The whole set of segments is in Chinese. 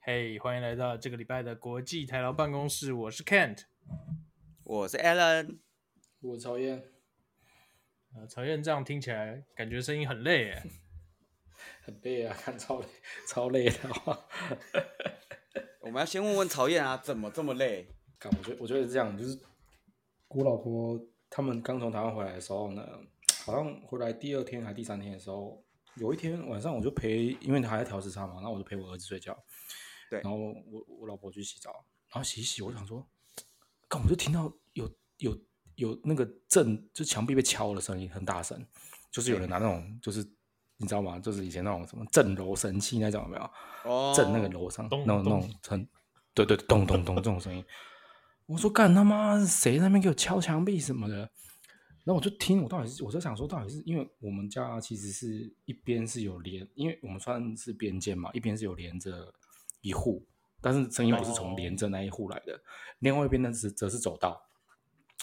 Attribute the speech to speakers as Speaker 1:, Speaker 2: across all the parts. Speaker 1: 嘿欢迎来到这个礼拜的国际台劳办公室，我是 Kent。
Speaker 2: 我是 Alan，
Speaker 3: 我曹燕
Speaker 1: 呃，曹燕这样听起来感觉声音很累耶，
Speaker 3: 很累啊， 看超累，超累的话，
Speaker 2: 我们要先问问曹燕啊，怎么这么累？
Speaker 3: 干，我觉得我觉得是这样，就是我老婆他们刚从台湾回来的时候呢，好像回来第二天还第三天的时候，有一天晚上我就陪，因为她还在调时差嘛，然后我就陪我儿子睡觉，
Speaker 2: 对
Speaker 3: 然后我我老婆去洗澡，然后洗一洗，我就想说，干，我就听到有有有那个震，就墙壁被敲的声音很大声，就是有人拿那种就是。你知道吗？就是以前那种什么震楼神器那种有没有？
Speaker 2: 哦，
Speaker 3: 震那个楼上，
Speaker 1: 咚
Speaker 3: 那种那
Speaker 1: 咚
Speaker 3: 种很，对对，咚咚咚这种声音。我说干他妈谁在那边给我敲墙壁什么的？然后我就听，我到底是我就想说，到底是因为我们家其实是一边是有连，因为我们算是边间嘛，一边是有连着一户，但是声音不是
Speaker 1: 哦
Speaker 3: 从连着那一户来的，另外一边呢是则是走道。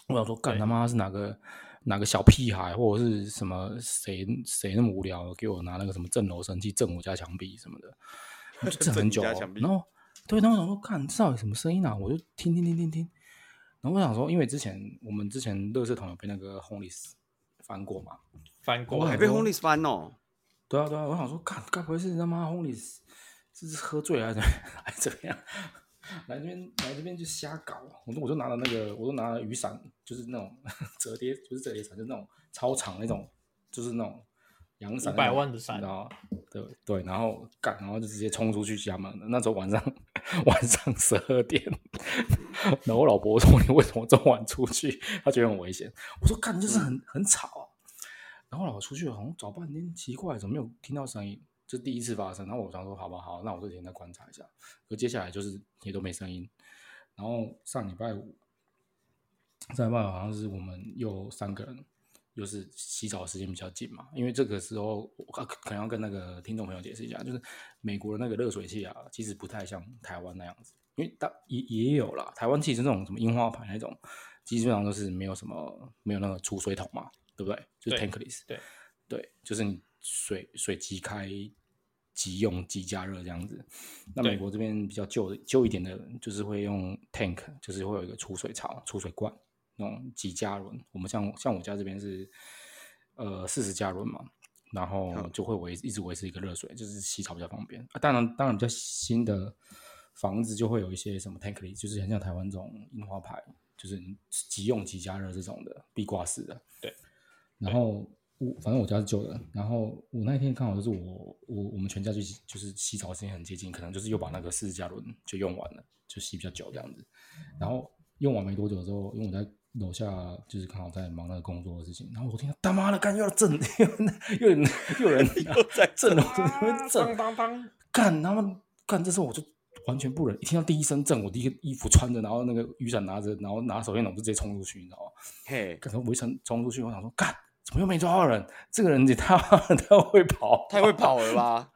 Speaker 3: 我想说，干
Speaker 1: 对
Speaker 3: 他妈是哪个哪个小屁孩，或者是什么谁谁那么无聊，给我拿那个什么震楼神器震我家墙壁什么的， 我就震
Speaker 2: 震
Speaker 3: 很
Speaker 2: 你
Speaker 3: 久、
Speaker 2: 家
Speaker 3: 哦
Speaker 2: 墙。壁
Speaker 3: 然后对，然后我想说，看这到底什么声音啊？我就听听听听听。然后我想说，因为之前我们之前垃圾桶有被那个 homeless 翻过嘛，
Speaker 1: 翻
Speaker 2: 我
Speaker 1: 过
Speaker 2: 还
Speaker 1: 来
Speaker 2: 被 Holy 翻哦，
Speaker 3: 对啊对啊，我想说，干该不会是他妈 homeless 这是喝醉了还是还是怎么样？ 来这边来这边就瞎搞，啊我就我就拿了那个，我就拿了雨伞，就是那种 折叠，不是折叠伞，就是那种超长那种，就是那种阳伞那种，
Speaker 1: 500万的伞
Speaker 3: 然后对对，然后干，然后就直接冲出去家门了。那时候晚上 晚上十二点，然后我老婆说你为什么这么晚出去？她觉得很危险。我说干，就是很很吵啊、然后我老婆出去好像找半天，奇怪怎么没有听到声音？这第一次发生，然后我想说，好吧，好，那我这几天再观察一下。可接下来就是也都没声音。然后上礼拜五，上礼拜五好像是我们又三个人，又是洗澡的时间比较紧嘛，因为这个时候我啊可可能要跟那个听众朋友解释一下，就是美国的那个热水器啊，其实不太像台湾那样子，因为它也也有啦，台湾其实那种什么樱花牌那种，基本上都是没有什么没有那个储水桶嘛，对不对？就是
Speaker 1: 对
Speaker 3: tankless，
Speaker 1: 对
Speaker 3: 对，就是你水水即开即用即加热这样子。那美
Speaker 1: 对
Speaker 3: 国这边比较旧的旧一点的，就是会用 tank，就是会有一个储水槽、储水罐那种几加仑。我们像像我家这边是呃四十加仑嘛，然后
Speaker 2: 嗯
Speaker 3: 就会维一直维持一个热水，就是洗澡比较方便。啊、当然，当然比较新的房子就会有一些什么 tank 里，就是很像台湾这种樱花牌，就是即用即加热这种的壁挂式的。然后我反正我家是旧的，然后我那一天刚好就是我我我们全家就洗就是洗澡的时间很接近，可能就是又把那个四十加仑就用完了，就洗比较久这样子。然后用完没多久之后，因为我在楼下就是刚好在忙那个工作的事情，然后我听到他妈的干又要震， 又有人又有人
Speaker 2: 又在
Speaker 3: 震了，我 怎么
Speaker 1: 啊
Speaker 3: 会震
Speaker 1: 当？当当，
Speaker 3: 干他们干，这时候我就完全不忍，一听到第一声震，我第一个衣服穿着，然后那个雨伞拿着，然后拿手电筒就直接冲出去，你知道吗？
Speaker 2: 嘿，
Speaker 3: 可能我一冲冲出去，我想说，干，怎么又没抓到人？这个人也他妈的太 会跑，
Speaker 2: 太会跑了吧？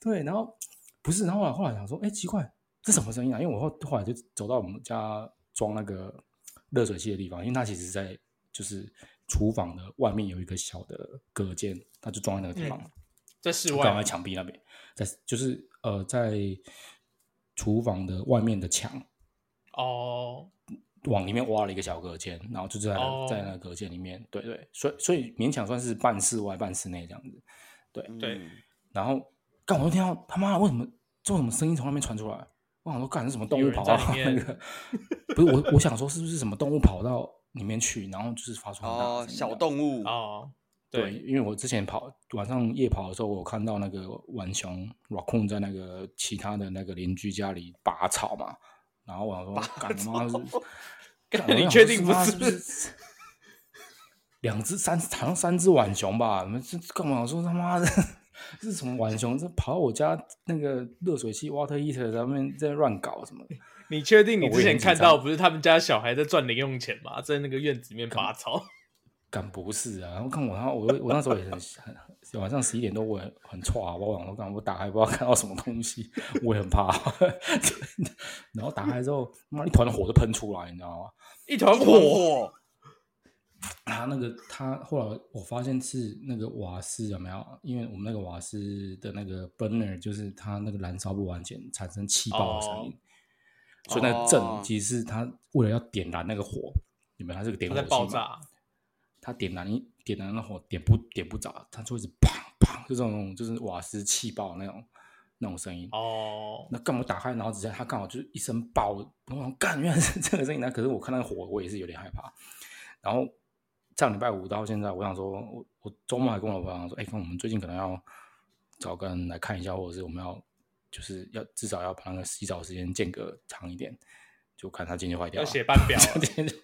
Speaker 3: 对，然后不是，然后我后来想说，哎，奇怪，这什么声音啊？因为我后后来就走到我们家装那个热水器的地方，因为它其实是在就是厨房的外面有一个小的隔间，它就装在那个地方。
Speaker 1: 嗯 在室
Speaker 3: 刚好
Speaker 1: 外
Speaker 3: 在墙壁那边，在就是呃，在厨房的外面的墙
Speaker 1: 哦，
Speaker 3: 往里面挖了一个小隔间，然后就在那、
Speaker 1: 哦
Speaker 3: 在那个隔间里面，对对，所以所以勉强算是半室外半室内这样子。
Speaker 1: 对
Speaker 2: 嗯
Speaker 3: 然后干，我就听到他妈的为什么做什么声音从那边传出来？我想说干是什么动
Speaker 1: 有
Speaker 3: 物
Speaker 1: 人
Speaker 3: 跑
Speaker 1: 在
Speaker 3: 到
Speaker 1: 里
Speaker 3: 那
Speaker 1: 面
Speaker 3: 个？ 不是我，我想说是不是什么动物跑到里面去，然后就是发出很大的
Speaker 2: 哦，
Speaker 3: 声音
Speaker 2: 小
Speaker 3: 这样
Speaker 2: 动物，
Speaker 1: 哦，
Speaker 3: 对，
Speaker 1: 对，
Speaker 3: 因为我之前跑晚上夜跑的时候，我有看到那个浣熊 raccoon 在那个其他的那个邻居家里拔草嘛，然后我想说，干他妈是，干
Speaker 1: 你
Speaker 3: 我想
Speaker 1: 确
Speaker 3: 说
Speaker 1: 定
Speaker 3: 是
Speaker 1: 不
Speaker 3: 妈
Speaker 1: 是
Speaker 3: 是不是？两只三好像三只浣熊吧？你们这干嘛？我说他妈的，这是什么浣熊？这跑到我家那个热水器 water heater 上面在乱搞什么的？
Speaker 1: 你确定你
Speaker 3: 我
Speaker 1: 之
Speaker 3: 也
Speaker 1: 前
Speaker 3: 很紧
Speaker 1: 看到
Speaker 3: 张
Speaker 1: 不是他们家小孩在赚零用钱吗？在那个院子里面拔草，
Speaker 3: 干不是啊，然后看我，然后我我那时候也很很很晚上十一点多，我也很错啊，我想说干我打开不知道看到什么东西，我也很怕。 然后打开之后，妈一团火就喷出来，你知道吗？
Speaker 1: 一团
Speaker 2: 一团
Speaker 1: 火，
Speaker 2: 火，
Speaker 3: 他那个他后来我发现是那个瓦斯有没有？因为我们那个瓦斯的那个 burner 就是它那个燃烧不完全，产生气爆的声音，所以那个震
Speaker 2: 哦
Speaker 3: 其实是它为了要点燃那个火，有没有？它是个点
Speaker 1: 它
Speaker 3: 火
Speaker 1: 在
Speaker 3: 器
Speaker 1: 爆
Speaker 3: 嘛
Speaker 1: 炸，
Speaker 3: 它点燃一点燃那火点不点不着，它就一直砰砰，就这种就是瓦斯气爆那种那种声音。
Speaker 1: 哦，
Speaker 3: 那干嘛打开，然后只见它刚好就是一声爆，然后我想干原来是这个声音。啊那可是我看那个火，我也是有点害怕。然后上礼拜五到现在，我想说，我我周末还跟我老婆讲说，哎、看我们最近可能要找个人来看一下，或者是我们要就是要至少要把那个洗澡时间间隔长一点，就看它今天就坏掉啊
Speaker 1: 要
Speaker 3: 了。
Speaker 1: 写班表啊了
Speaker 3: 今天就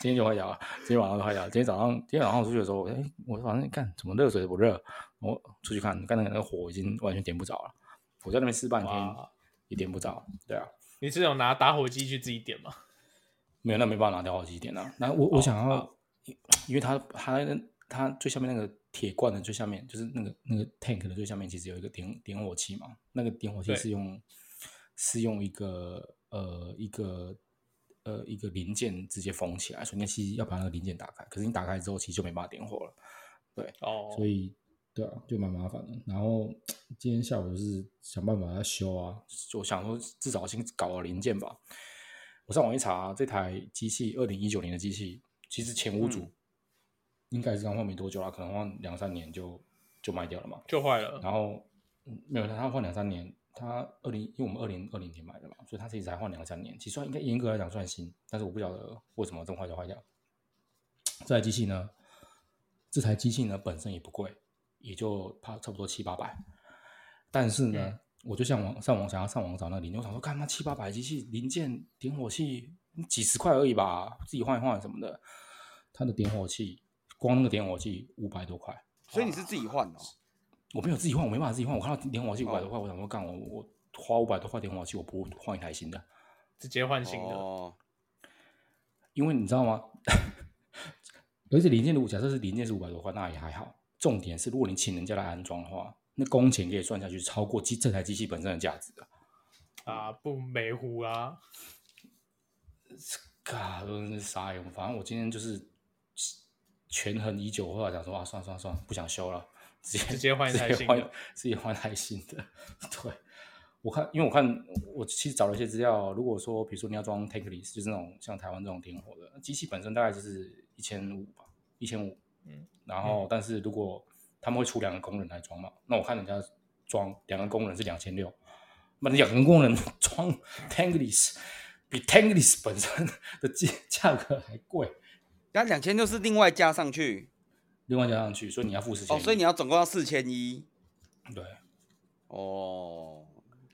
Speaker 3: 今天就坏掉了，今天晚上就坏掉了。今天早上今天早上我出去的时候，我哎、我反正看怎么热水都不热，我出去看，看那个那个火已经完全点不着了。我在那边试半天
Speaker 1: 哇，
Speaker 3: 也点不着。对啊，
Speaker 1: 你是有拿打火机去自己点吗？
Speaker 3: 没有，那没办法拿掉好几点了、然后我我想要，因为它它那个它最下面那个铁罐的最下面，就是那个那个 tank 的最下面，其实有一个点点火器嘛。那个点火器
Speaker 1: 对
Speaker 3: 是用是用一个呃一个呃一个零件直接封起来，所以那器要把那个零件打开。可是你打开之后，其实就没办法点火了。
Speaker 1: 哦，
Speaker 3: 所以对啊，就蛮麻烦的。然后今天下午就是想办法要修啊，就想说至少先搞个零件吧。我上网一查，啊这台机器二零一九年的机器，其实前屋主
Speaker 2: 嗯
Speaker 3: 应该是刚换没多久啦，可能换两三年就就卖掉了嘛。
Speaker 1: 就坏了。
Speaker 3: 然后嗯没有，他换两三年，他二零，因为我们二零二零年买的嘛，所以他其实才换两三年，其实算应该严格来讲算新，但是我不晓得为什么这么快就坏掉。这台机器呢，这台机器呢本身也不贵，也就差差不多七八百，但是呢，
Speaker 1: 嗯
Speaker 3: 我就上网上网想要上网找那个零件，我想说，看那七八百机器零件点火器几十块而已吧，自己换一换什么的，它的点火器光那个点火器五百多块。
Speaker 2: 所以你是自己换的哦、
Speaker 3: 我没有自己换，我没办法自己换。我看到点火器五百多块，我想说干我我花五百多块点火器，我不如换一台新的，
Speaker 1: 直接换新的，
Speaker 2: 哦，
Speaker 3: 因为你知道吗？ 而且零件如果假设是零件是五百多块，那也还好。重点是，如果你请人家来安装的话，那工钱可以算下去超过机这台机器本身的价值的。
Speaker 1: 啊，不美糊啊，
Speaker 3: 嘎，真是傻眼。反正我今天就是权衡已久，后来想说啊，算了算了算了，不想修了，直接
Speaker 1: 直接换一台
Speaker 3: 直接
Speaker 1: 新
Speaker 3: 换
Speaker 1: 的
Speaker 3: 自己换台新的。对，我看，因为我看，我其实找了一些资料，如果说比如说你要装 t a k e l e s 就是那种像台湾这种点火的机器，本身大概就是一千五吧，一千五。
Speaker 1: 嗯，
Speaker 3: 然后但是如果他们会出两个工人来装嘛，那我看人家装两个工人是两千六，那两个工人 装 t a n g l i s 比 t a n g l i s 本身的价价格还贵，
Speaker 2: 那两千六是另外加上去
Speaker 3: 另外加上去，所以你要付十千。
Speaker 2: 哦，所以你要总共要四千一
Speaker 3: 对，
Speaker 2: 哦，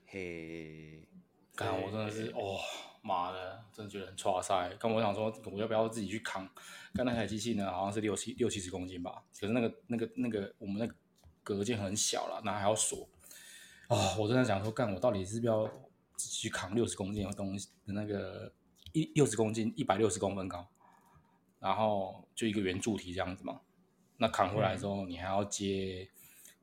Speaker 2: 嘿，
Speaker 3: 刚我真的是哦妈的，真的觉得很挫塞。刚我想说，我要不要自己去扛？刚那台机器呢，好像是六七六七十公斤吧，可是那个那个那个我们那个隔间很小了，然后还要锁。啊、我真的想说，干我到底是不要自己去扛六十公斤的东西的那个一六十公斤一百六十公分高，然后就一个圆柱体这样子嘛。那扛回来之后，你还要接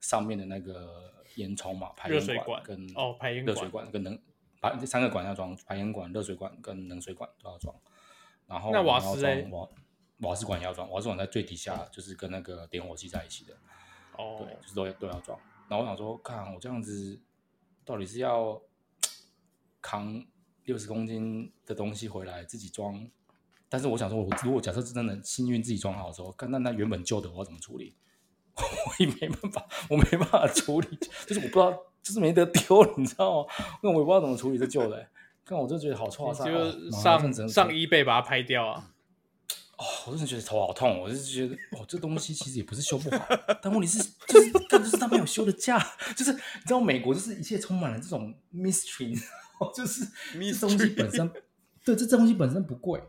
Speaker 3: 上面的那个烟囱嘛，排
Speaker 1: 热
Speaker 3: 烟
Speaker 1: 水
Speaker 3: 管
Speaker 1: 管
Speaker 3: 跟
Speaker 1: 哦排烟
Speaker 3: 热水
Speaker 1: 管
Speaker 3: 管跟冷把这三个管要装，排烟管、热水管跟冷水管都要装。然后
Speaker 1: 那
Speaker 3: 你
Speaker 1: 瓦
Speaker 3: 要
Speaker 1: 斯
Speaker 3: 装
Speaker 1: 嘞
Speaker 3: 瓦瓦斯管也要装，瓦斯管在最底下，就是跟那个点火器在一起的。
Speaker 1: 哦
Speaker 3: 对，，就是都要都要装。然后我想说，看我这样子到底是要扛六十公斤的东西回来自己装，但是我想说，我如果假设是真的幸运自己装好的时候，看那那原本旧的我要怎么处理？ 我也没办法，我没办法处理， 就是我不知道，就是没得丢，你知道吗？那我也不知道怎么处理这旧的、欸。看我就觉得好臭啊！
Speaker 1: 你就
Speaker 3: 马
Speaker 1: 上
Speaker 3: 上
Speaker 1: 上衣背把它拍掉啊，
Speaker 3: 哦，我真的觉得头好痛，我就是觉得哦，这东西其实也不是修不好，但问题是就是但就是它没有修的价，就是你知道美国就是一切充满了这种 mystery，你知道吗就是这东西
Speaker 2: Mystery
Speaker 3: 本身对这东西本身不贵，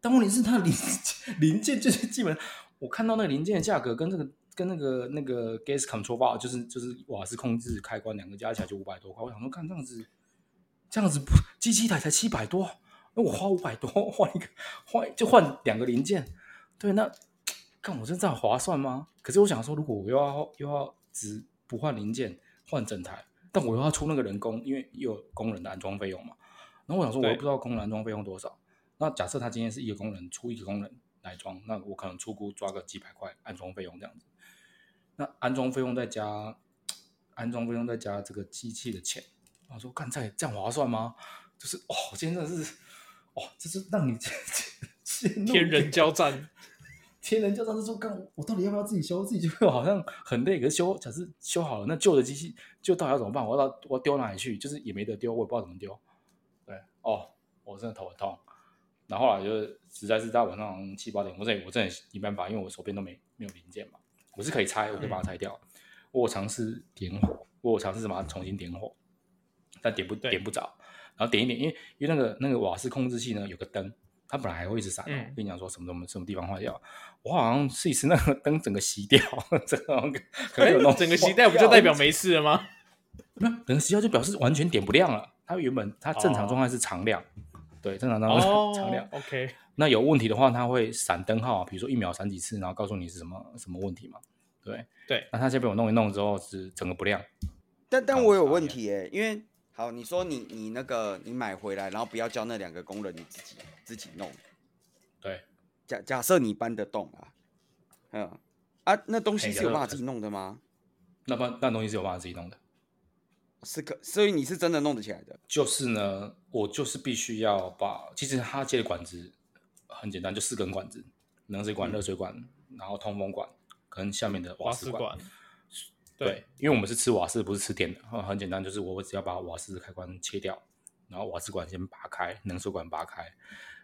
Speaker 3: 但问题是它的零件零件就是基本我看到那个零件的价格跟这个跟那个那个 gas control bar 就是就是瓦斯控制开关两个加起来就五百多块，我想说看这样子这样子不机器一台才七百多，那我花五百多换一个换就换两个零件，对，那看我真这样划算吗？可是我想说，如果我又要又要只不换零件换整台，但我又要出那个人工，因为又有工人的安装费用嘛。然后我想说，我
Speaker 1: 对
Speaker 3: 又不知道工人安装费用多少。那假设他今天是一个工人出一个工人，来装，那我可能出估抓个几百块安装费用这样子。那安装费用再加安装费用再加这个机器的钱，然后说干这这样划算吗？就是哦，今天真的是哦，这是让你 陷入
Speaker 1: 天人交战，
Speaker 3: 天人交战是说，干我到底要不要自己修？自己修好像很累，可是修假设修好了，那旧的机器就到底要怎么办？我要到我要丢哪里去？就是也没得丢，我也不知道怎么丢。对，哦，我真的头很痛。然后后来就是实在是在晚上好像七八点，我这我真的没办法，因为我手边都没没有零件嘛，我是可以拆，我可以
Speaker 1: 嗯
Speaker 3: 把它拆掉。我有尝试点火，我有尝试把它重新点火，但点不
Speaker 1: 对
Speaker 3: 点不着。然后点一点，因为因为那个那个瓦斯控制器呢有个灯，它本来还会一直闪、哦。
Speaker 1: 嗯
Speaker 3: 跟你讲说什么什么什么地方坏掉，我好像试一次那个灯整个熄掉， 整个好像 可能有那种
Speaker 1: 哎整个携带不就代表没事了吗？
Speaker 3: 没有整个熄掉就表示完全点不亮了。它原本它正常状态是常亮，对，正常状态
Speaker 1: 哦
Speaker 3: 是常亮。
Speaker 1: ，OK，
Speaker 3: 那有问题的话，它会闪灯号，比如说一秒闪几次，然后告诉你是什么什么问题嘛。对
Speaker 1: 对，
Speaker 3: 那它现在被我弄一弄之后是整个不亮，
Speaker 2: 但但
Speaker 3: 看
Speaker 2: 我
Speaker 3: 我
Speaker 2: 有
Speaker 3: 傻
Speaker 2: 问
Speaker 3: 眼
Speaker 2: 题哎、因为好，你说你你那个你买回来，然后不要叫那两个工人，你自己自己弄。
Speaker 3: 对，
Speaker 2: 假假设你搬得动啊，嗯啊，那东西
Speaker 3: 哎
Speaker 2: 是有
Speaker 3: 假设
Speaker 2: 办法自己弄的吗？
Speaker 3: 那不那东西是有办法自己弄的。
Speaker 2: 是可，所以你是真的弄得起来的。
Speaker 3: 就是呢，我就是必须要把，其实它接的管子很简单，就四根管子，冷水管、热水管，然后通风管跟下面的
Speaker 1: 瓦
Speaker 3: 斯
Speaker 1: 斯管，
Speaker 3: 对，因为我们是吃瓦斯，不是吃电的，很很简单，就是我只要把瓦斯的开关切掉，然后瓦斯管先拔开，冷水管拔开，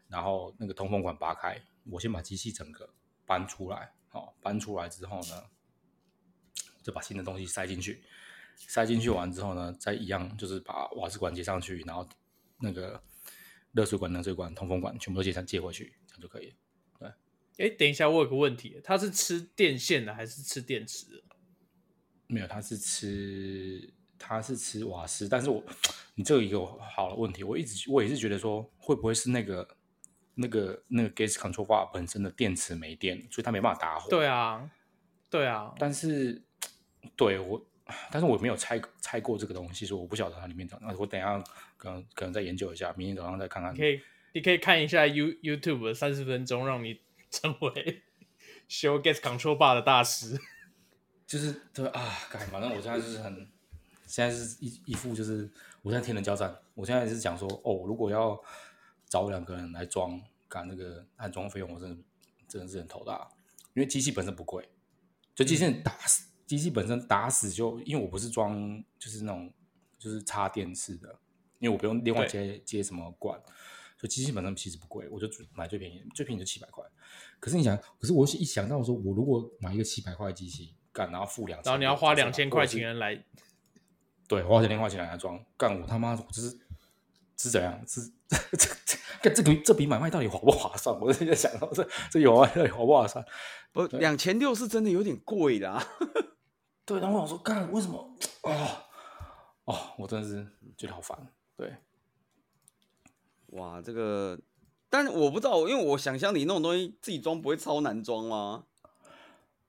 Speaker 3: 然后那个通风管拔开，我先把机器整个搬出来，哦，搬出来之后呢，就把新的东西塞进去，塞进去完之后呢，再一样就是把瓦斯管接上去，然后那个热水管、冷水管、通风管全部都接上接回去，这样就可以了。
Speaker 1: 哎，等一下，我有个问题，它是吃电线的还是吃电池的？
Speaker 3: 没有，他是吃他是吃瓦斯，但是我你这个一个好的问题，我一直我也是觉得说，会不会是那个那个那个 gas control bar 本身的电池没电，所以它没办法打火。
Speaker 1: 对啊，对啊，
Speaker 3: 但是对我，但是我没有拆拆过这个东西，所以我不晓得它里面长。啊我等一下可能可能再研究一下，明天早上再看看
Speaker 1: 你。可以你可以看一下 You YouTube 的三十分钟，让你成为修 Gas Control Bar 的大师。
Speaker 3: 就是对啊，干，反正我现在就是很，现在是一一副就是我现在天人交战，我现在是想说，哦，如果要找两个人来装，干那个安装费用，我真的真的是很头大，因为机器本身不贵，就机器打死，机器本身打死就，因为我不是装就是那种就是插电式的，因为我不用另外接接什么管，所以机器本身其实不贵，我就买最便宜，最便宜就七百块。可是你想，可是我一想到说，我如果买一个七百块的机器，干，然后付两，
Speaker 1: 然后你要花
Speaker 3: 假设
Speaker 1: 两
Speaker 3: 吧
Speaker 1: 千块，
Speaker 3: 或者是
Speaker 1: 钱来，
Speaker 3: 对，花两千块钱来装，干我他妈，我这是是怎样？是这这干这个这笔买卖到底划不划算？我是在想到这这有啊，到底划不划算？
Speaker 2: 不，两千六是真的有点贵啦。
Speaker 3: 对，然后我想说，干为什么？哦哦，我真的是觉得好烦。对，
Speaker 2: 哇，这个，但我不知道，因为我想象你那种东西自己装不会超难装吗？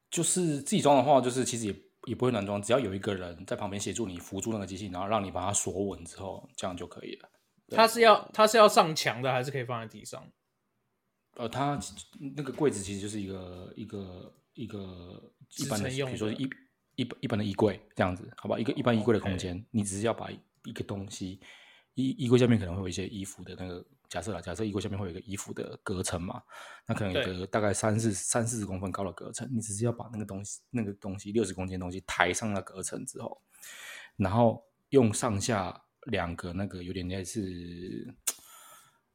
Speaker 3: 就是自己装的话，就是其实也也不会难装，只要有一个人在旁边协助你扶住那个机器，然后让你把它锁稳之后，这样就可以了。
Speaker 1: 它是要它是要上墙的，还是可以放在地上？
Speaker 3: 呃，它那个柜子其实就是一个一个一个一般
Speaker 1: 支撑
Speaker 3: 的，比
Speaker 1: 用
Speaker 3: 如说
Speaker 1: 的哦
Speaker 3: 一一般一般的衣柜这样子，好吧？一个一般衣柜的空
Speaker 1: OK
Speaker 3: 间你只是要把一个东西，衣衣柜下面可能会有一些衣服的那个，假设啦，假设衣柜下面会有一个衣服的隔层嘛，那可能有
Speaker 1: 对
Speaker 3: 个大概三四三四十公分高的隔层，你只是要把那个东西那个东西六十公斤的东西抬上那隔层之后，然后用上下两个那个有点类似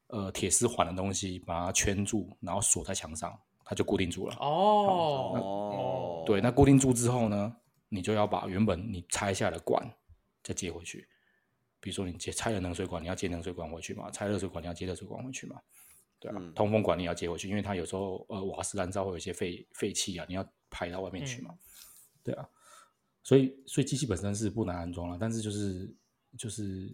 Speaker 3: 呃铁丝环的东西把它圈住，然后锁在墙上，它就固定住了。
Speaker 1: 哦，
Speaker 2: 哦，
Speaker 3: 对，那固定住之后呢，你就要把原本你拆下的管再接回去。比如说你接拆了冷水管，你要接冷水管回去嘛；拆热水管，你要接热水管回去嘛。对啊，
Speaker 2: 嗯
Speaker 3: 通风管你要接回去，因为它有时候呃瓦斯燃烧会有一些废废气啊，你要排到外面去嘛。对啊，所以所以机器本身是不难安装了，但是就是就是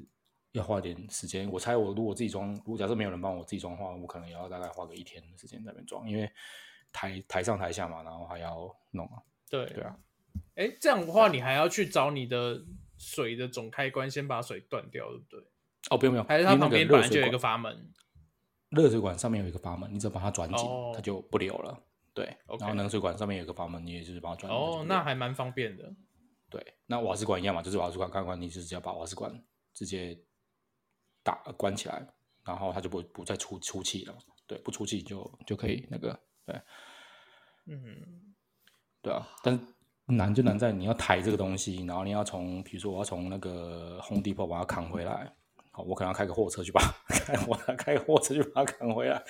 Speaker 3: 要花点时间。我猜我如果自己装，如果假设没有人帮我自己装的话，我可能也要大概花个一天的时间在那边装，因为台台上台下嘛，然后还要弄啊。
Speaker 1: 对
Speaker 3: 对啊，
Speaker 1: 哎，这样的话你还要去找你的水的总开关，先把水断掉，对不对？
Speaker 3: 哦，不用不用，
Speaker 1: 还是
Speaker 3: 因
Speaker 1: 它
Speaker 3: 为那
Speaker 1: 旁
Speaker 3: 个
Speaker 1: 边
Speaker 3: 热
Speaker 1: 本来
Speaker 3: 水
Speaker 1: 就有一
Speaker 3: 管
Speaker 1: 个阀门？
Speaker 3: 热水管上面有一个阀门，你只要把它转紧，
Speaker 1: 哦
Speaker 3: 它就不流了。对
Speaker 1: OK
Speaker 3: 然后冷水管上面有一个阀门，你也就是把它转紧。它就
Speaker 1: 哦
Speaker 3: 不，
Speaker 1: 那
Speaker 3: 流
Speaker 1: 还蛮方便的。
Speaker 3: 对，那瓦斯管一样嘛，就是瓦斯管开关，你就是只要把瓦斯管直接打关起来，然后它就不不再出出气了。对，不出气就就可以那个，对
Speaker 1: 嗯，
Speaker 3: 对啊。但是难就难在你要抬这个东西，然后你要从，比如说我要从那个 Home Depot 把它扛回来，好，我可能要开个货车去把它 开，我要开个货车去把它扛回来。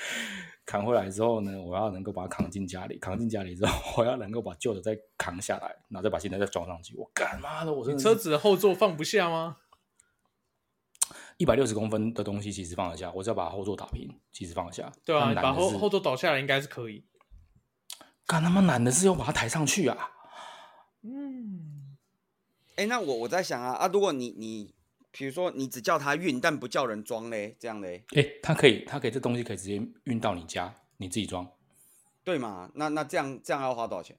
Speaker 3: 扛回来之后呢，我要能够把它扛进家里，扛进家里之后，我要能够把旧的再扛下来，然后再把新的再装上去。我干妈的，我真
Speaker 1: 你
Speaker 3: 的
Speaker 1: 车
Speaker 3: 是
Speaker 1: 子的后座放不下吗？
Speaker 3: 一百六十公分的东西其实放得下，我只要把后座打平，其实放得下。
Speaker 1: 对啊，
Speaker 3: 那
Speaker 1: 你
Speaker 3: 难
Speaker 1: 把
Speaker 3: 的
Speaker 1: 后
Speaker 3: 是
Speaker 1: 后座倒下来应该是可以。
Speaker 3: 干他妈难的是要把它抬上去啊！
Speaker 1: 嗯，
Speaker 2: 哎、那我我在想啊啊，如果你你比如说你只叫他运，但不叫人装嘞，这样嘞，
Speaker 3: 哎、它可以，它可以，这东西可以直接运到你家，你自己装。
Speaker 2: 对嘛？那那这样这样要花多少钱？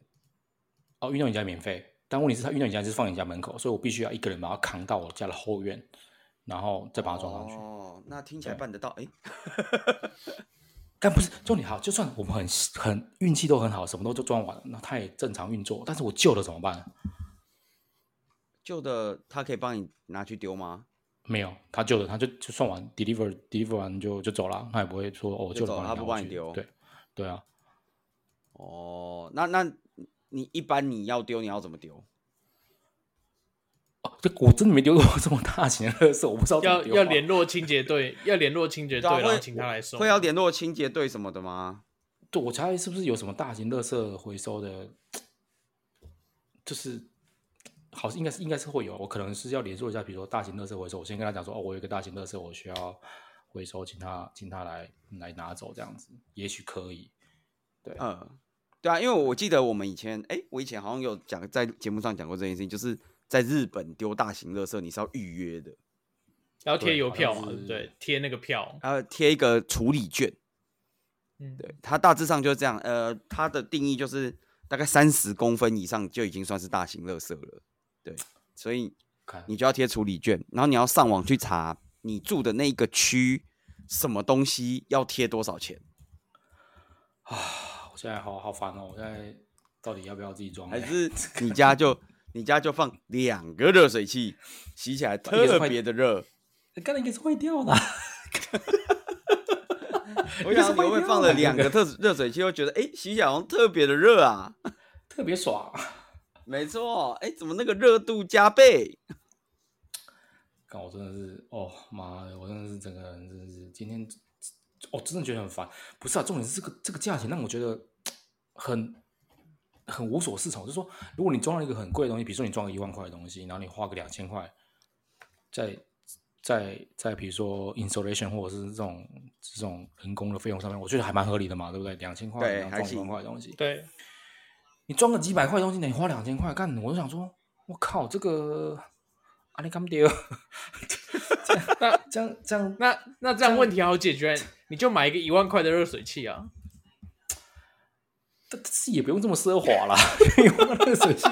Speaker 3: 哦，运到你家免费，但问题是它运到你家就是放你家门口，所以我必须要一个人把它扛到我家的后院，然后再把它装上去。
Speaker 2: 哦，那听起来
Speaker 3: 对
Speaker 2: 办得到哎、
Speaker 3: 但不是重点好，就算我们很很运气都很好，什么都都装完了，那它也正常运作，但是我旧的怎么办？
Speaker 2: 旧的他可以帮你拿去丢吗？
Speaker 3: 没有，他旧的他就就算完 deliver deliver 完就就走了，他也不会说哦，我
Speaker 2: 就
Speaker 3: 旧
Speaker 2: 走
Speaker 3: 的
Speaker 2: 了
Speaker 3: 帮
Speaker 2: 他
Speaker 3: 你
Speaker 2: 不
Speaker 3: 拿
Speaker 2: 帮
Speaker 3: 回
Speaker 2: 你
Speaker 3: 去
Speaker 2: 丢
Speaker 3: 对对啊，
Speaker 2: 哦，那那你一般你要丢你要怎么丢？
Speaker 3: 哦，这我真的没丢过这么大型的垃圾，我不知道怎么
Speaker 1: 要
Speaker 3: 丢、啊
Speaker 1: 要联，络清洁队， 要联络清洁队，
Speaker 2: 对啊
Speaker 1: 然后
Speaker 2: 会
Speaker 1: 请他来收。
Speaker 2: 会要联络清洁队什么的吗？
Speaker 3: 对我猜是不是有什么大型垃圾回收的，就是好像应该是应该是会有，我可能是要联络一下，比如说大型垃圾回收，我先跟他讲说哦，我有一个大型垃圾，我需要回收，请他请他来来拿走这样子，也许可以。
Speaker 2: 嗯，对啊，因为我记得我们以前，哎、我以前好像有讲在节目上讲过这件事情，就是在日本丢大型垃圾你是要预约的，
Speaker 1: 要贴邮票嘛，
Speaker 3: 对
Speaker 1: 对
Speaker 3: 好像
Speaker 1: 不
Speaker 3: 是
Speaker 1: 对？贴那个票，
Speaker 2: 然后贴一个处理券。
Speaker 1: 嗯，
Speaker 2: 对，它大致上就是这样。呃，它的定义就是大概三十公分以上就已经算是大型垃圾了。对，所以
Speaker 3: 看
Speaker 2: 你就要贴处理券，然后你要上网去查你住的那一个区什么东西要贴多少钱，
Speaker 3: 啊，我现在好好烦哦，我现在到底要不要自己装欸？
Speaker 2: 还是你家 就你家就放两个热水器，洗起来特别的热。
Speaker 3: 刚才应该是坏掉的啊、
Speaker 2: 我想你会放了两个 特热水器，会觉得哎、诶洗起来好像特别的热啊。
Speaker 3: 特别爽。
Speaker 2: 没错，哎、怎么那个热度加倍？
Speaker 3: 看我真的是，哦妈的，我真的是整个人真的是今天，我、真的觉得很烦。不是啊，重点是这个这个价钱让我觉得很很无所适从。就是说，如果你装了一个很贵的东西，比如说你装了一万块的东西，然后你花个两千块，在在在比如说 installation 或者是这种这种人工的费用上面，我觉得还蛮合理的嘛，对不对？两千块，
Speaker 2: 对
Speaker 3: 然后
Speaker 2: 还
Speaker 3: 装一万
Speaker 2: 行
Speaker 3: 块的东西，
Speaker 1: 对，
Speaker 3: 你装个几百块的东西，你花两千块干？我就想说，我靠，这个啊阿里干不掉，
Speaker 1: 那
Speaker 3: 这样这样，
Speaker 1: 那那这样问题好解决，你就买一个一万块的热水器啊。
Speaker 3: 但但是也不用这么奢华啦。一万块热水器，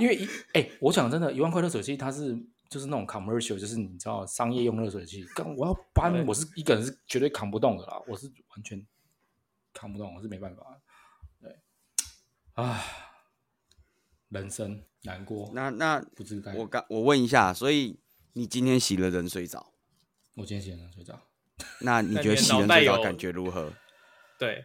Speaker 3: 因为一哎、我讲真的，一万块热水器它是就是那种 commercial，就是你知道商业用热水器。干我要搬
Speaker 1: 对，
Speaker 3: 我是一个人是绝对扛不动的啦，我是完全扛不动，我是没办法的。对，啊，人生难过，
Speaker 2: 那那
Speaker 3: 不知该
Speaker 2: 我刚我问一下，所以你今天洗了冷水澡，
Speaker 3: 我今天写了睡着。
Speaker 2: 那你
Speaker 1: 那
Speaker 2: 觉得
Speaker 1: 你的
Speaker 2: 洗
Speaker 1: 脑
Speaker 2: 冷
Speaker 1: 袋
Speaker 2: 水澡
Speaker 1: 有
Speaker 2: 感觉如何？
Speaker 1: 对，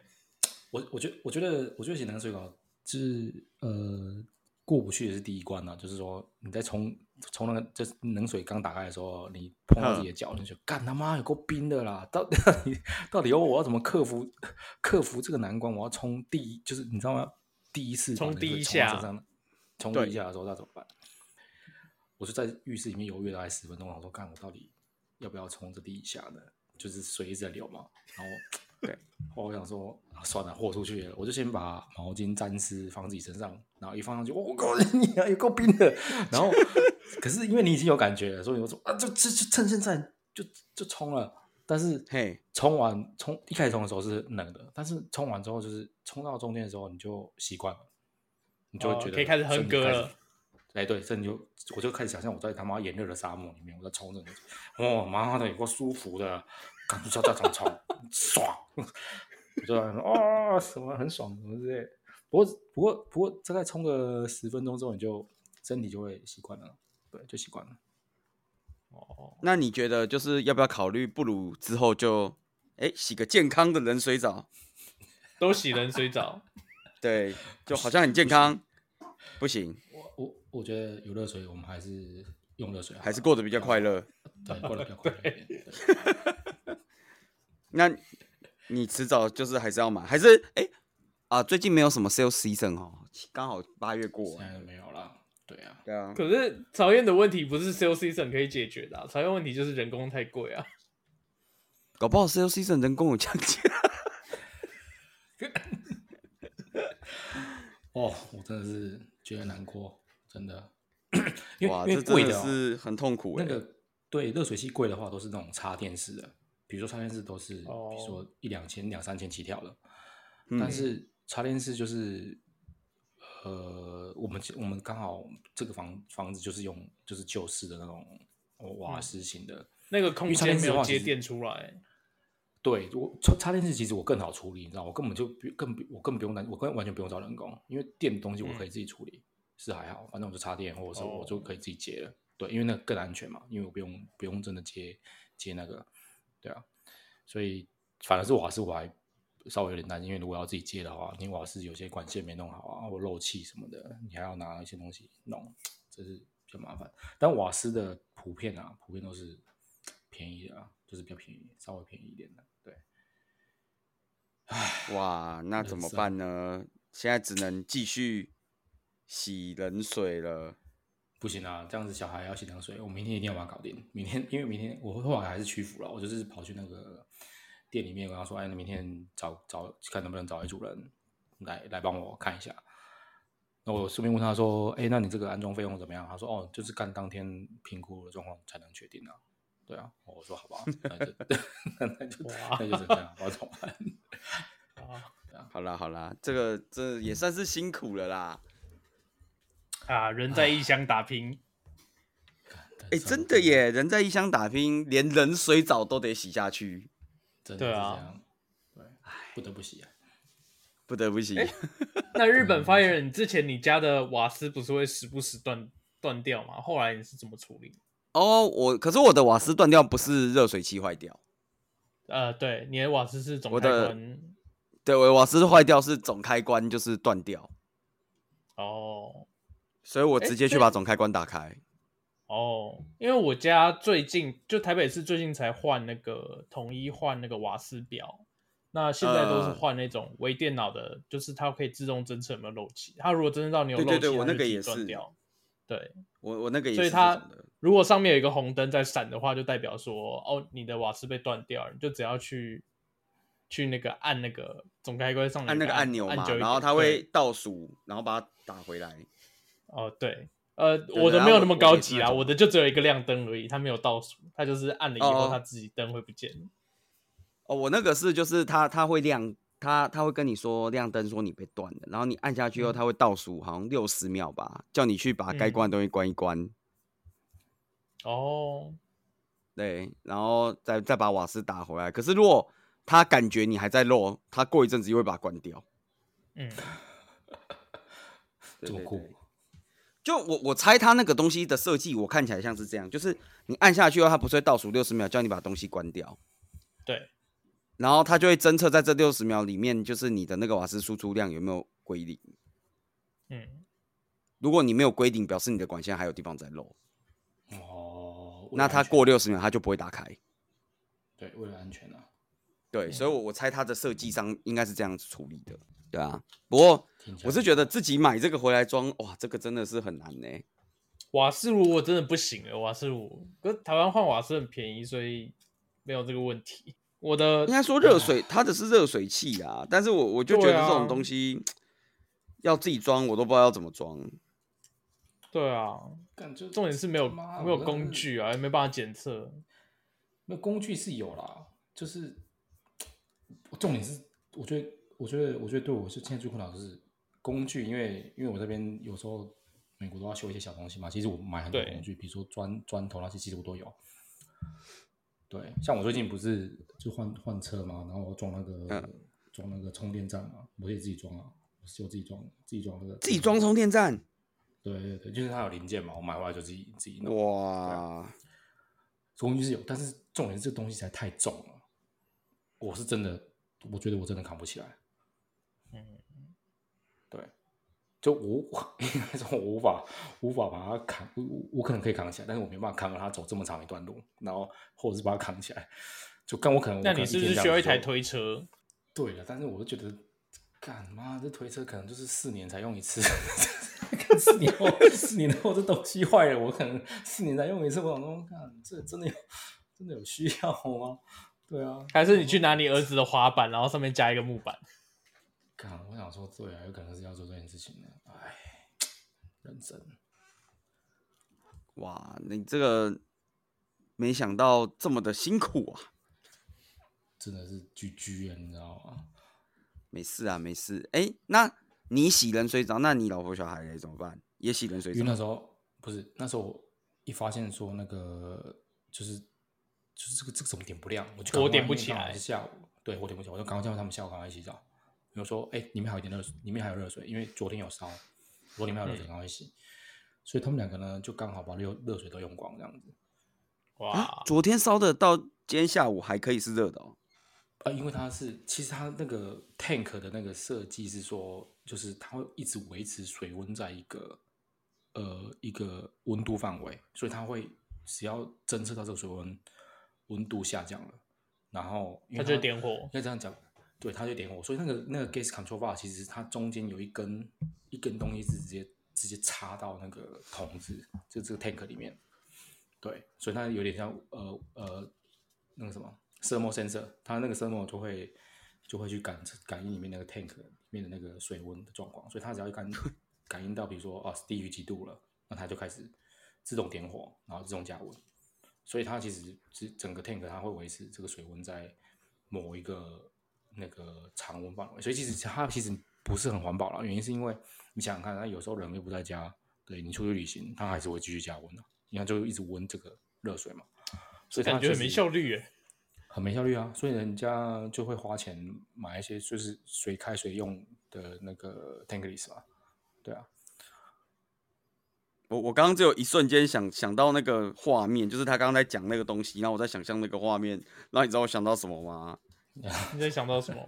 Speaker 3: 我我觉我觉得我觉得写冷水稿就是呃过不去也是第一关啊，就是说你在冲冲那个就是冷水刚打开的时候，你碰到自己的
Speaker 1: 嗯
Speaker 3: 脚，你就干他妈有够冰的啦！到 到底到底要我要怎么克服克服这个难关？我要冲第一，就是你知道吗？第一次把
Speaker 1: 冲
Speaker 3: 冷
Speaker 1: 第一
Speaker 3: 水冲到
Speaker 1: 下
Speaker 3: 身上冲第一下的时候，那怎么办？我就在浴室里面犹豫了大概十分钟，我想说干我到底要不要冲这第一下呢？就是水一直在流嘛，然后。我想说，啊算了，豁出去了，我就先把毛巾沾湿放自己身上，然后一放上去，哦我靠， 你啊，有够冰的。然后，可是因为你已经有感觉了，所以我说啊，就就就趁现在就就冲了。但是
Speaker 2: 嘿，
Speaker 3: 冲完冲一开始冲的时候是冷的，但是冲完之后就是冲到中间的时候你就习惯了，你就会
Speaker 1: 哦
Speaker 3: 觉得、
Speaker 1: 可以开始哼歌了。
Speaker 3: 哎，对，这你就我就开始想象我在他妈炎热的沙漠里面，我在冲着你，哇、妈的，有够舒服的，赶紧叫叫冲冲，爽，我就啊什么很爽什么之类的。不过不过不过，大概冲个十分钟之后，你就身体就会习惯了，对，就习惯了。
Speaker 1: 哦，
Speaker 2: 那你觉得就是要不要考虑，不如之后就哎、洗个健康的冷水澡？
Speaker 1: 都洗冷水澡，
Speaker 2: 对，就好像很健康，不行，
Speaker 3: 我我我觉得有热水，我们还是用热水好了，
Speaker 2: 还是过得比较快乐。
Speaker 3: 对过得比较快乐一点。对
Speaker 2: 那你迟早就是还是要买，还是哎、啊，最近没有什么 sales season 哦，刚好八月过
Speaker 3: 现，在没有了，对啊，
Speaker 2: 对啊，
Speaker 1: 可是曹燕的问题不是 sales season 可以解决的、啊，曹燕问题就是人工太贵 啊。
Speaker 2: 搞不好 sales season 人工有降价。
Speaker 3: 哦，我真的是觉得难过，真 的，因为
Speaker 2: 哇，
Speaker 3: 因
Speaker 2: 这
Speaker 3: 为
Speaker 2: 真
Speaker 3: 贵的
Speaker 2: 的
Speaker 3: 哦
Speaker 2: 是很痛苦哎、
Speaker 3: 那个对热水器贵的话，都是那种插电式的，比如说插电式都是，比如说一两千、两三千起跳的，
Speaker 2: 嗯
Speaker 3: 但是插电式就是，呃，我们我们刚好这个房房子就是用就是旧式的那种哦瓦斯型的，
Speaker 1: 那个空间没有接电出
Speaker 3: 因为
Speaker 1: 来，
Speaker 3: 对我插插电式其实我更好处理，你知道，我根本就不更不我更不用担，我更完全不用找人工，因为电的东西我可以自己处理，是还好，反正我就插电或者是
Speaker 1: 哦
Speaker 3: 我就可以自己接了。对，因为那个更安全嘛，因为我不用不用真的接接那个，对啊，所以反而是瓦斯我还稍微有点担心，因为如果要自己接的话，你瓦斯有些管线没弄好啊，或漏气什么的，你还要拿一些东西弄，这是比较麻烦。但瓦斯的普遍啊，普遍都是便宜的啊，就是比较便宜，稍微便宜一点的，对。
Speaker 2: 哇，那怎
Speaker 3: 啊
Speaker 2: 么办呢？现在只能继续洗冷水了。
Speaker 3: 不行啊，这样子小孩要洗凉水，我明天一定要把它搞定。明天，因为明天我后来还是屈服了，我就是跑去那个店里面跟他说：“哎，你明天找找看能不能找一组人来来帮我看一下。”那我顺便问他说：“哎，那你这个安装费用怎么样？”他说：“哦，就是看当天评估的状况才能确定啊。”对啊，我说：“好吧，那就 那就
Speaker 1: 哇
Speaker 3: 那就这样，我怎么办？”
Speaker 1: 啊
Speaker 2: 好啦好啦，这个这也算是辛苦了啦。
Speaker 1: 啊，人在异乡打拼，
Speaker 2: 哎、真的，耶，人在异乡打拼，连冷水澡都得洗下去，
Speaker 3: 真的
Speaker 1: 对
Speaker 3: 是这
Speaker 1: 啊
Speaker 3: 样，对，不得不洗啊。
Speaker 2: 不得不洗。
Speaker 1: 那日本发言人，之前你家的瓦斯不是会时不时断断掉吗？后来你是怎么处理？
Speaker 2: 哦，我可是我的瓦斯断掉不是热水器坏掉，
Speaker 1: 呃，对，你的瓦斯是总
Speaker 2: 我
Speaker 1: 开
Speaker 2: 的
Speaker 1: 关
Speaker 2: 对，我的瓦斯坏掉是总开关就是断掉，
Speaker 1: 哦
Speaker 2: 所以我
Speaker 1: 诶
Speaker 2: 直接去
Speaker 1: 对
Speaker 2: 把总开关打开。
Speaker 1: 哦，因为我家最近就台北市最近才换那个统一换那个瓦斯表，那现在都是
Speaker 2: 呃
Speaker 1: 换那种微电脑的，就是它可以自动侦测有没有漏气。它如果侦测到你有漏
Speaker 2: 对
Speaker 1: 气，
Speaker 2: 对对我
Speaker 1: 它就
Speaker 2: 那个
Speaker 1: 自己
Speaker 2: 也
Speaker 1: 断
Speaker 2: 是
Speaker 1: 掉。对，
Speaker 2: 我我那个也是
Speaker 1: 所以
Speaker 2: 这
Speaker 1: 它
Speaker 2: 种的，
Speaker 1: 如果上面有一个红灯在闪的话，就代表说哦，你的瓦斯被断掉了，你就只要去去那个按那个总开关上的
Speaker 2: 按那个按钮
Speaker 1: 嗯按
Speaker 2: 嘛，
Speaker 1: 久一
Speaker 2: 然后
Speaker 1: 点
Speaker 2: 它
Speaker 1: 对
Speaker 2: 会倒数，然后把它打回来。
Speaker 1: 哦，对，呃，
Speaker 2: 对
Speaker 1: 我的
Speaker 2: 然
Speaker 1: 没有
Speaker 2: 后
Speaker 1: 那么
Speaker 2: 我
Speaker 1: 高
Speaker 2: 也是
Speaker 1: 级
Speaker 2: 那
Speaker 1: 啦，
Speaker 2: 种
Speaker 1: 我的就只有一个亮灯而已，它没有倒数，它就是按了以
Speaker 2: 哦
Speaker 1: 后
Speaker 2: 哦
Speaker 1: 它自己灯会不见。
Speaker 2: 哦，我那个是就是它它会亮，它它会跟你说亮灯说你被断了，然后你按下去后，它会倒数好像六十秒吧，叫你去把该关的东西关一关，
Speaker 1: 哦，
Speaker 2: 对，然后再再把瓦斯打回来。可是如果它感觉你还在漏，它过一阵子又会把它关掉。
Speaker 1: 嗯，
Speaker 2: 对
Speaker 3: 这么
Speaker 2: 对
Speaker 3: 酷
Speaker 2: 对就我我猜它那个东西的设计，我看起来像是这样，就是你按下去后，它不是会倒数六十秒叫你把东西关掉，
Speaker 1: 对，
Speaker 2: 然后它就会侦测在这六十秒里面，就是你的那个瓦斯输出量有没有归零。
Speaker 1: 嗯，
Speaker 2: 如果你没有归零，表示你的管线还有地方在漏，
Speaker 3: 哦，为
Speaker 2: 那
Speaker 3: 了
Speaker 2: 它
Speaker 3: 安全
Speaker 2: 过六十秒它就不会打开。
Speaker 3: 对，为了安全啊，
Speaker 2: 对，所以我我猜它的设计上应该是这样子处理的。对啊，不过
Speaker 3: 听起来
Speaker 2: 我是觉得自己买这个回来装，哇，这个真的是很难呢、
Speaker 1: 瓦斯炉我真的不行了，瓦斯炉，可是台湾换瓦斯很便宜，所以没有这个问题。我的
Speaker 2: 应该说热水，它的是热水器啊，但是我我就觉
Speaker 1: 对
Speaker 2: 得这
Speaker 1: 啊
Speaker 2: 种东西、要自己装，我都不知道要怎么装。
Speaker 1: 对啊，
Speaker 3: 干就
Speaker 1: 重点是没有
Speaker 3: 妈
Speaker 1: 没有
Speaker 3: 我真的
Speaker 1: 工
Speaker 3: 是
Speaker 1: 具啊，也没办法检测。
Speaker 3: 那工具是有啦，就是重点是，我觉得，我觉得，我觉得对我是现在最困扰的是工具，因为因为我这边有时候美国都要修一些小东西嘛，其实我买很多
Speaker 1: 对
Speaker 3: 工具，比如说砖砖头那些，其实我都有。对，像我最近不是就换换车嘛，然后我装那个
Speaker 1: 嗯
Speaker 3: 装那个充电站嘛，我也自己装啊，我是我自己装，自己装那个
Speaker 2: 自己装充电站，
Speaker 3: 对对对，就是它有零件嘛，我买回来就自己自己弄。
Speaker 2: 哇，
Speaker 3: 工具是有，但是重点是这东西实在太重了，我是真的，我觉得我真的扛不起来。
Speaker 1: 嗯，
Speaker 3: 对，就我我 应该说我无法无法把它扛，我我我可能可以扛起来，但是我没办法扛着它走这么长一段路，然后或者是把它扛起来，就干我可能。
Speaker 1: 那
Speaker 3: 我可能
Speaker 1: 你是不
Speaker 3: 天
Speaker 1: 是
Speaker 3: 这样
Speaker 1: 需要一
Speaker 3: 子
Speaker 1: 台
Speaker 3: 就？
Speaker 1: 推车？
Speaker 3: 对了，但是我就觉得，干妈这推车可能就是四年才用一次， 四年后四年后这东西坏了，我可能四年才用一次。我想说，干这真的有真的有需要吗？对啊，
Speaker 1: 还是你去拿你儿子的滑板，然后上面加一个木板？
Speaker 3: 干我想说，对啊，有可能是要做这件事情的。哎，认真，
Speaker 2: 哇，你这个没想到这么的辛苦啊！
Speaker 3: 真的是居居你知道吗？
Speaker 2: 没事啊，没事。哎、那你洗冷水澡，那你老婆小孩嘞怎么办？也洗冷水
Speaker 3: 因为那
Speaker 2: 澡？
Speaker 3: 时候不是那时候我一发现说那个就是就是这个这个怎么点不亮，我就赶
Speaker 1: 火
Speaker 3: 快
Speaker 1: 点不
Speaker 3: 因为
Speaker 1: 起
Speaker 3: 刚好
Speaker 1: 来
Speaker 3: 是下午对我点不起来，我就赶快叫他们下午赶快一起澡。我就说哎、里面还有一点热水，里面还有热水，因为昨天有烧，我说里面还有
Speaker 1: 嗯
Speaker 3: 热水，赶快洗。所以他们两个呢就刚好把热热水都用光这样子
Speaker 2: 啊
Speaker 1: 哇，，
Speaker 2: 昨天烧的到今天下午还可以是热的哦。
Speaker 3: 啊，因为它是其实它那个 tank 的那个设计是说，就是它会一直维持水温在一个呃一个温度范围，所以它会只要侦测到这个水温温度下降了，然后因
Speaker 1: 他
Speaker 3: 为
Speaker 1: 就点火
Speaker 3: 应。该这样讲，对，它就点火，所以那个那个 gas control bar 其实它中间有一根一根东西是直接直接插到那个桶子，就这个 tank 里面，对，所以它有点像呃呃那个什么 thermal sensor，它那个 thermal 就会就会去感知感应里面那个 tank 里面的那个水温的状况，所以它只要一感 感应到，比如说啊低于几度了，那它就开始自动点火，然后自动加温。所以它其实是整个 tank 它会维持这个水温在某一个那个常温范围，所以其实它其实不是很环保了。原因是因为你想想看，那有时候人又不在家，对你出去旅行，它还是会继续加温啊的、你看就一直温这个热水嘛，所以它
Speaker 1: 感觉
Speaker 3: 确
Speaker 1: 很没
Speaker 3: 实
Speaker 1: 效率耶。
Speaker 3: 很没效率啊，所以人家就会花钱买一些就是随开随用的那个 tank list 嘛，对啊，
Speaker 2: 我我刚刚只有一瞬间想想到那个画面，就是他刚刚在讲那个东西，然后我在想象那个画面，然后你知道我想到什么吗？
Speaker 1: 你在想到什么？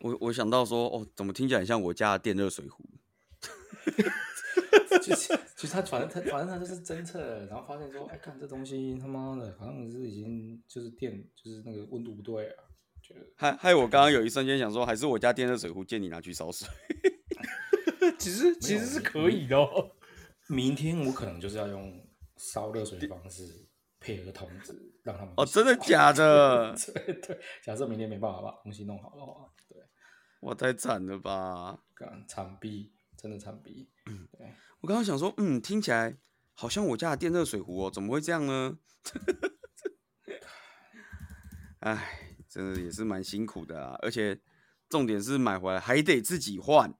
Speaker 2: 我我想到说，哦，怎么听起来很像我家的电热水壶？
Speaker 3: 其实其实他反正他反正他就是侦测了，然后发现说，哎，看这东西他妈的，好像是已经就是电就是那个温度不对啊，觉得
Speaker 2: 害害我刚刚有一瞬间想说，还是我家电热水壶借你拿去烧水。
Speaker 1: 其实其实是可以的、哦。
Speaker 3: 明天我可能就是要用烧热水的方式配合筒子让他们
Speaker 2: 哦，真的假的？
Speaker 3: 对对，假设明天没办法把东西弄好的话，对，
Speaker 2: 哇，太惨了吧！
Speaker 3: 干惨逼，真的惨逼，对。
Speaker 2: 我刚刚想说，嗯，听起来好像我家的电热水壶哦，怎么会这样呢？ 哎，真的也是蛮辛苦的啊，而且重点是买回来还得自己换。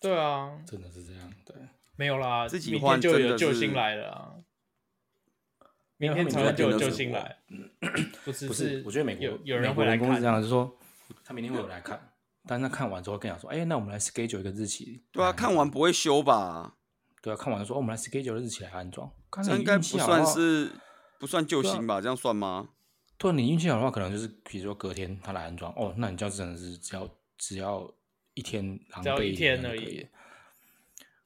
Speaker 1: 对啊，
Speaker 3: 真的是这样，对。
Speaker 1: 没有啦，
Speaker 2: 自己
Speaker 1: 明
Speaker 2: 换
Speaker 1: 天就
Speaker 2: 真
Speaker 1: 有
Speaker 2: 的
Speaker 1: 救
Speaker 2: 是
Speaker 1: 星来了啊！明
Speaker 3: 他
Speaker 1: 天
Speaker 3: 们
Speaker 1: 台
Speaker 3: 就
Speaker 1: 湾
Speaker 3: 在
Speaker 1: 就有
Speaker 2: 电热
Speaker 1: 救
Speaker 2: 水
Speaker 1: 星
Speaker 2: 壶啊
Speaker 1: 来，不是
Speaker 3: 不是，我觉得美国
Speaker 1: 有有
Speaker 3: 美
Speaker 1: 人
Speaker 3: 国
Speaker 1: 会来
Speaker 3: 员工是这
Speaker 1: 看，
Speaker 3: 样，就是说他明天会有来看，但是他看完之后跟你讲说，哎、那我们来 schedule 一个日期。哎
Speaker 2: 对啊，
Speaker 3: 来安
Speaker 2: 看
Speaker 3: 装
Speaker 2: 完不会修吧？
Speaker 3: 对啊，看完说、哦我们来 schedule 日期来安装。看
Speaker 2: 这
Speaker 3: 你
Speaker 2: 应该
Speaker 3: 运
Speaker 2: 不
Speaker 3: 气好的
Speaker 2: 算
Speaker 3: 话，
Speaker 2: 是不算救
Speaker 3: 对啊
Speaker 2: 星吧？这样算吗？
Speaker 3: 对啊，你运气好的话，可能就是比如说隔天他来安装，哦，那你这样子真的是只要只要一天狼狈
Speaker 1: 只要一天
Speaker 3: 点就
Speaker 1: 而
Speaker 3: 可
Speaker 1: 已
Speaker 3: 以。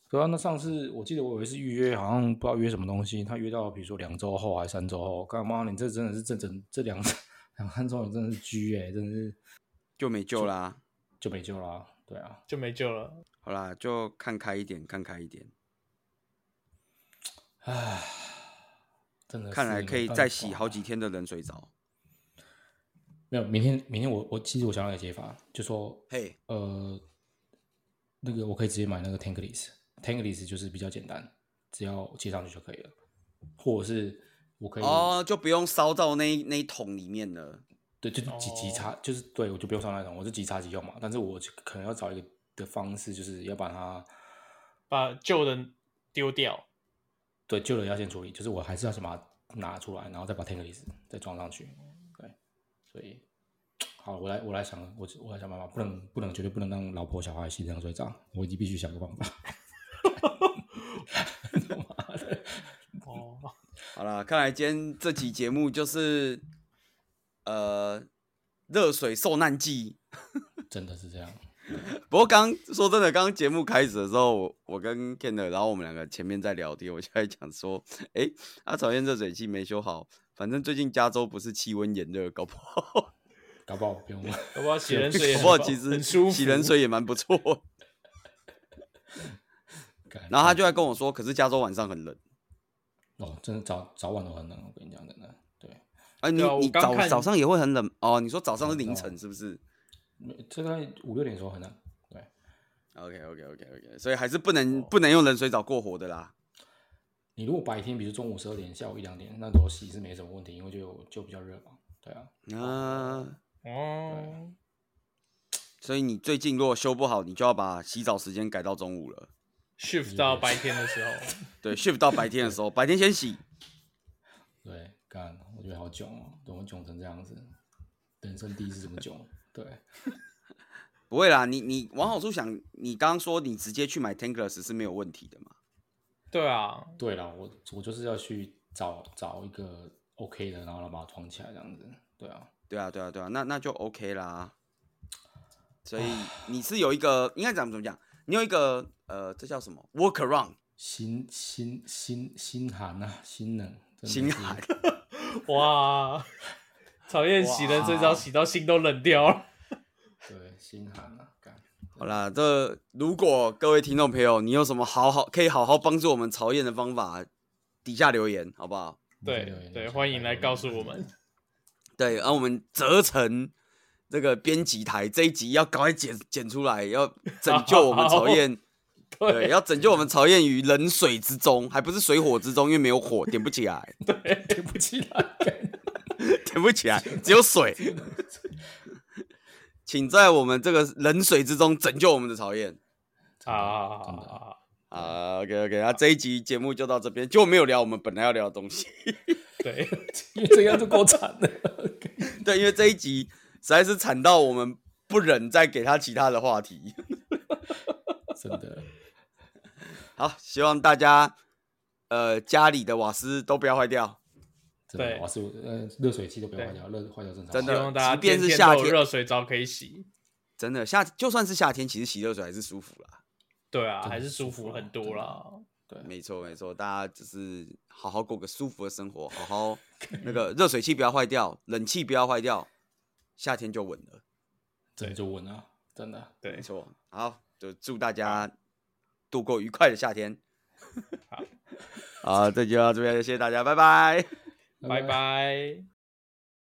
Speaker 3: 对啊，那上次我记得我有一次预约，好像不知道约什么东西，他约到比如说两周后还是三周后，干嘛？你这真的是这整这两两三周，你真的是狙哎、真的是
Speaker 2: 就没救啦、
Speaker 3: 就没救啦、对啊，
Speaker 1: 就没救了。
Speaker 2: 好啦，就看开一点，看开一点。
Speaker 3: 唉，真的
Speaker 2: 看
Speaker 3: 是
Speaker 2: 来
Speaker 3: 没
Speaker 2: 可以
Speaker 3: 办
Speaker 2: 再洗
Speaker 3: 法
Speaker 2: 好几。天的冷水澡。
Speaker 3: 没有，明天明天我我其实我想到一个解法，就说
Speaker 2: 嘿，
Speaker 3: 呃，那个我可以直接买那个 Tankless，Tankless 就是比较简单，只要接上去就可以了，或者是我可以
Speaker 2: 哦，就不用烧到那一那一桶里面了。
Speaker 3: 对，就是即即
Speaker 1: 哦
Speaker 3: 插，就是对我就不用上那种，我就即插即用嘛。但是我就可能要找一个的方式，就是要把它
Speaker 1: 把旧的丢掉。
Speaker 3: 对旧的要先处理，就是我还是要先把它拿出来，然后再把 take 离子再装上去。对，所以好，我来我来想，我我来想办法，不能不能绝对不能让老婆小孩牺牲睡着，我已经必须想个办法。 他妈的！
Speaker 1: 哦，
Speaker 2: 好啦，看来今天这期节目就是呃热水受难记。
Speaker 3: 真的是这样。
Speaker 2: 不过刚说真的，刚刚节目开始的时候，我我跟 Ken 的，然后我们两个前面在聊天，我就在讲说，哎、阿草原热水器没修好，反正最近加州不是气温炎热，搞不 好
Speaker 3: 搞不好不用问，
Speaker 1: 搞不好洗冷水也
Speaker 2: 搞
Speaker 1: 很
Speaker 2: 不好其实
Speaker 1: 很舒服，
Speaker 2: 洗冷水也蛮不错。
Speaker 3: 干
Speaker 2: 然后他就在跟我说，可是加州晚上很冷。
Speaker 3: 哦，真的早早晚都很冷，我跟你讲，真的，对，
Speaker 2: 哎、你
Speaker 1: 对啊我
Speaker 2: 你
Speaker 1: 刚
Speaker 2: 早
Speaker 1: 看
Speaker 2: 早上也会很冷哦？你说早上是凌
Speaker 3: 哦
Speaker 2: 晨是不是
Speaker 3: 没大概五六点的时候很冷，对，
Speaker 2: ？OK OK OK OK，所以还是不能、
Speaker 1: 哦
Speaker 2: 不能用冷水澡过活的啦。
Speaker 3: 你如果白天，比如中午十二点、下午一两点，那时候洗是没什么问题，因为就就比较热嘛，对啊，
Speaker 2: 啊，
Speaker 1: 哦，
Speaker 2: 所以你最近如果修不好，你就要把洗澡时间改到中午了。
Speaker 1: shift 到白天的时候，
Speaker 2: 对，shift 到白天的时候，白天先洗。
Speaker 3: 对，干，我觉得好囧哦，怎么囧成这样子？人生第一次这么囧，对，
Speaker 2: 不会啦，你你往好处想，你刚刚说你直接去买 Tankless 是没有问题的嘛？
Speaker 1: 对啊，
Speaker 3: 对了，我我就是要去找找一个 OK 的，然后把它装起来这样子，对啊，
Speaker 2: 对啊，对啊，对啊，那那就 OK 啦。所以你是有一个，应该讲怎么讲？你有一个呃，这叫什么？Work around
Speaker 3: 心心心心寒啊，心冷，真的
Speaker 2: 心
Speaker 3: 是
Speaker 2: 寒。
Speaker 1: 哇，讨厌洗冷水澡洗到心都冷掉了。
Speaker 3: 对，心寒啊，干。
Speaker 2: 好啦，这如果各位听众朋友，你有什么好好可以好好帮助我们曹燕的方法，底下留言好不好？
Speaker 1: 对
Speaker 3: 留言
Speaker 1: 对，
Speaker 3: 留
Speaker 1: 欢
Speaker 3: 言
Speaker 1: 迎来告诉我们。
Speaker 2: 对，然后我们责成这个编辑台这一集要赶快剪剪出来，要拯救我们曹燕。对，要拯救我们曹燕于冷水之中，还不是水火之中，因为没有火，点不起来，
Speaker 3: 对不起啦，
Speaker 2: 点不起来，只有水。 请在我们这个冷水之中拯救我们的曹燕。
Speaker 1: 好好好
Speaker 3: 真
Speaker 1: 好
Speaker 3: 的
Speaker 1: 好好，
Speaker 2: 啊，OK OK，那这一集节目就到这边，就没有聊我们本来要聊的东西。
Speaker 1: 对，
Speaker 3: 因为这样就够惨了。
Speaker 2: 对，因为这一集实在是惨到我们不忍再给他其他的话题。
Speaker 3: 真的，
Speaker 2: 好，希望大家呃家里的瓦斯都不要坏掉。
Speaker 3: 真的，
Speaker 1: 对
Speaker 3: 瓦斯炉呃热水器都不要坏掉，热坏掉正常。
Speaker 2: 真
Speaker 1: 希
Speaker 2: 的
Speaker 1: 望大家
Speaker 2: 即便
Speaker 1: 天
Speaker 2: 是
Speaker 1: 天
Speaker 2: 夏
Speaker 1: 都有
Speaker 2: 天
Speaker 1: 热水澡可以洗。
Speaker 2: 真的夏就算是夏天，其实洗热水还是舒服啦。
Speaker 1: 对啊，
Speaker 3: 真的
Speaker 1: 还是
Speaker 3: 舒
Speaker 1: 舒
Speaker 3: 服
Speaker 1: 服
Speaker 3: 啊
Speaker 1: 很多啦。
Speaker 3: 对，
Speaker 2: 没错没错，大家就是好好过个舒服的生活，好好那个热水器不要坏掉，冷气不要坏掉，夏天就稳了。
Speaker 3: 真的就稳啊，真的。
Speaker 1: 对
Speaker 2: 没，错，好，就祝大家度过愉快的夏天。好，这就到这边，谢谢大家，拜拜。
Speaker 1: 拜拜。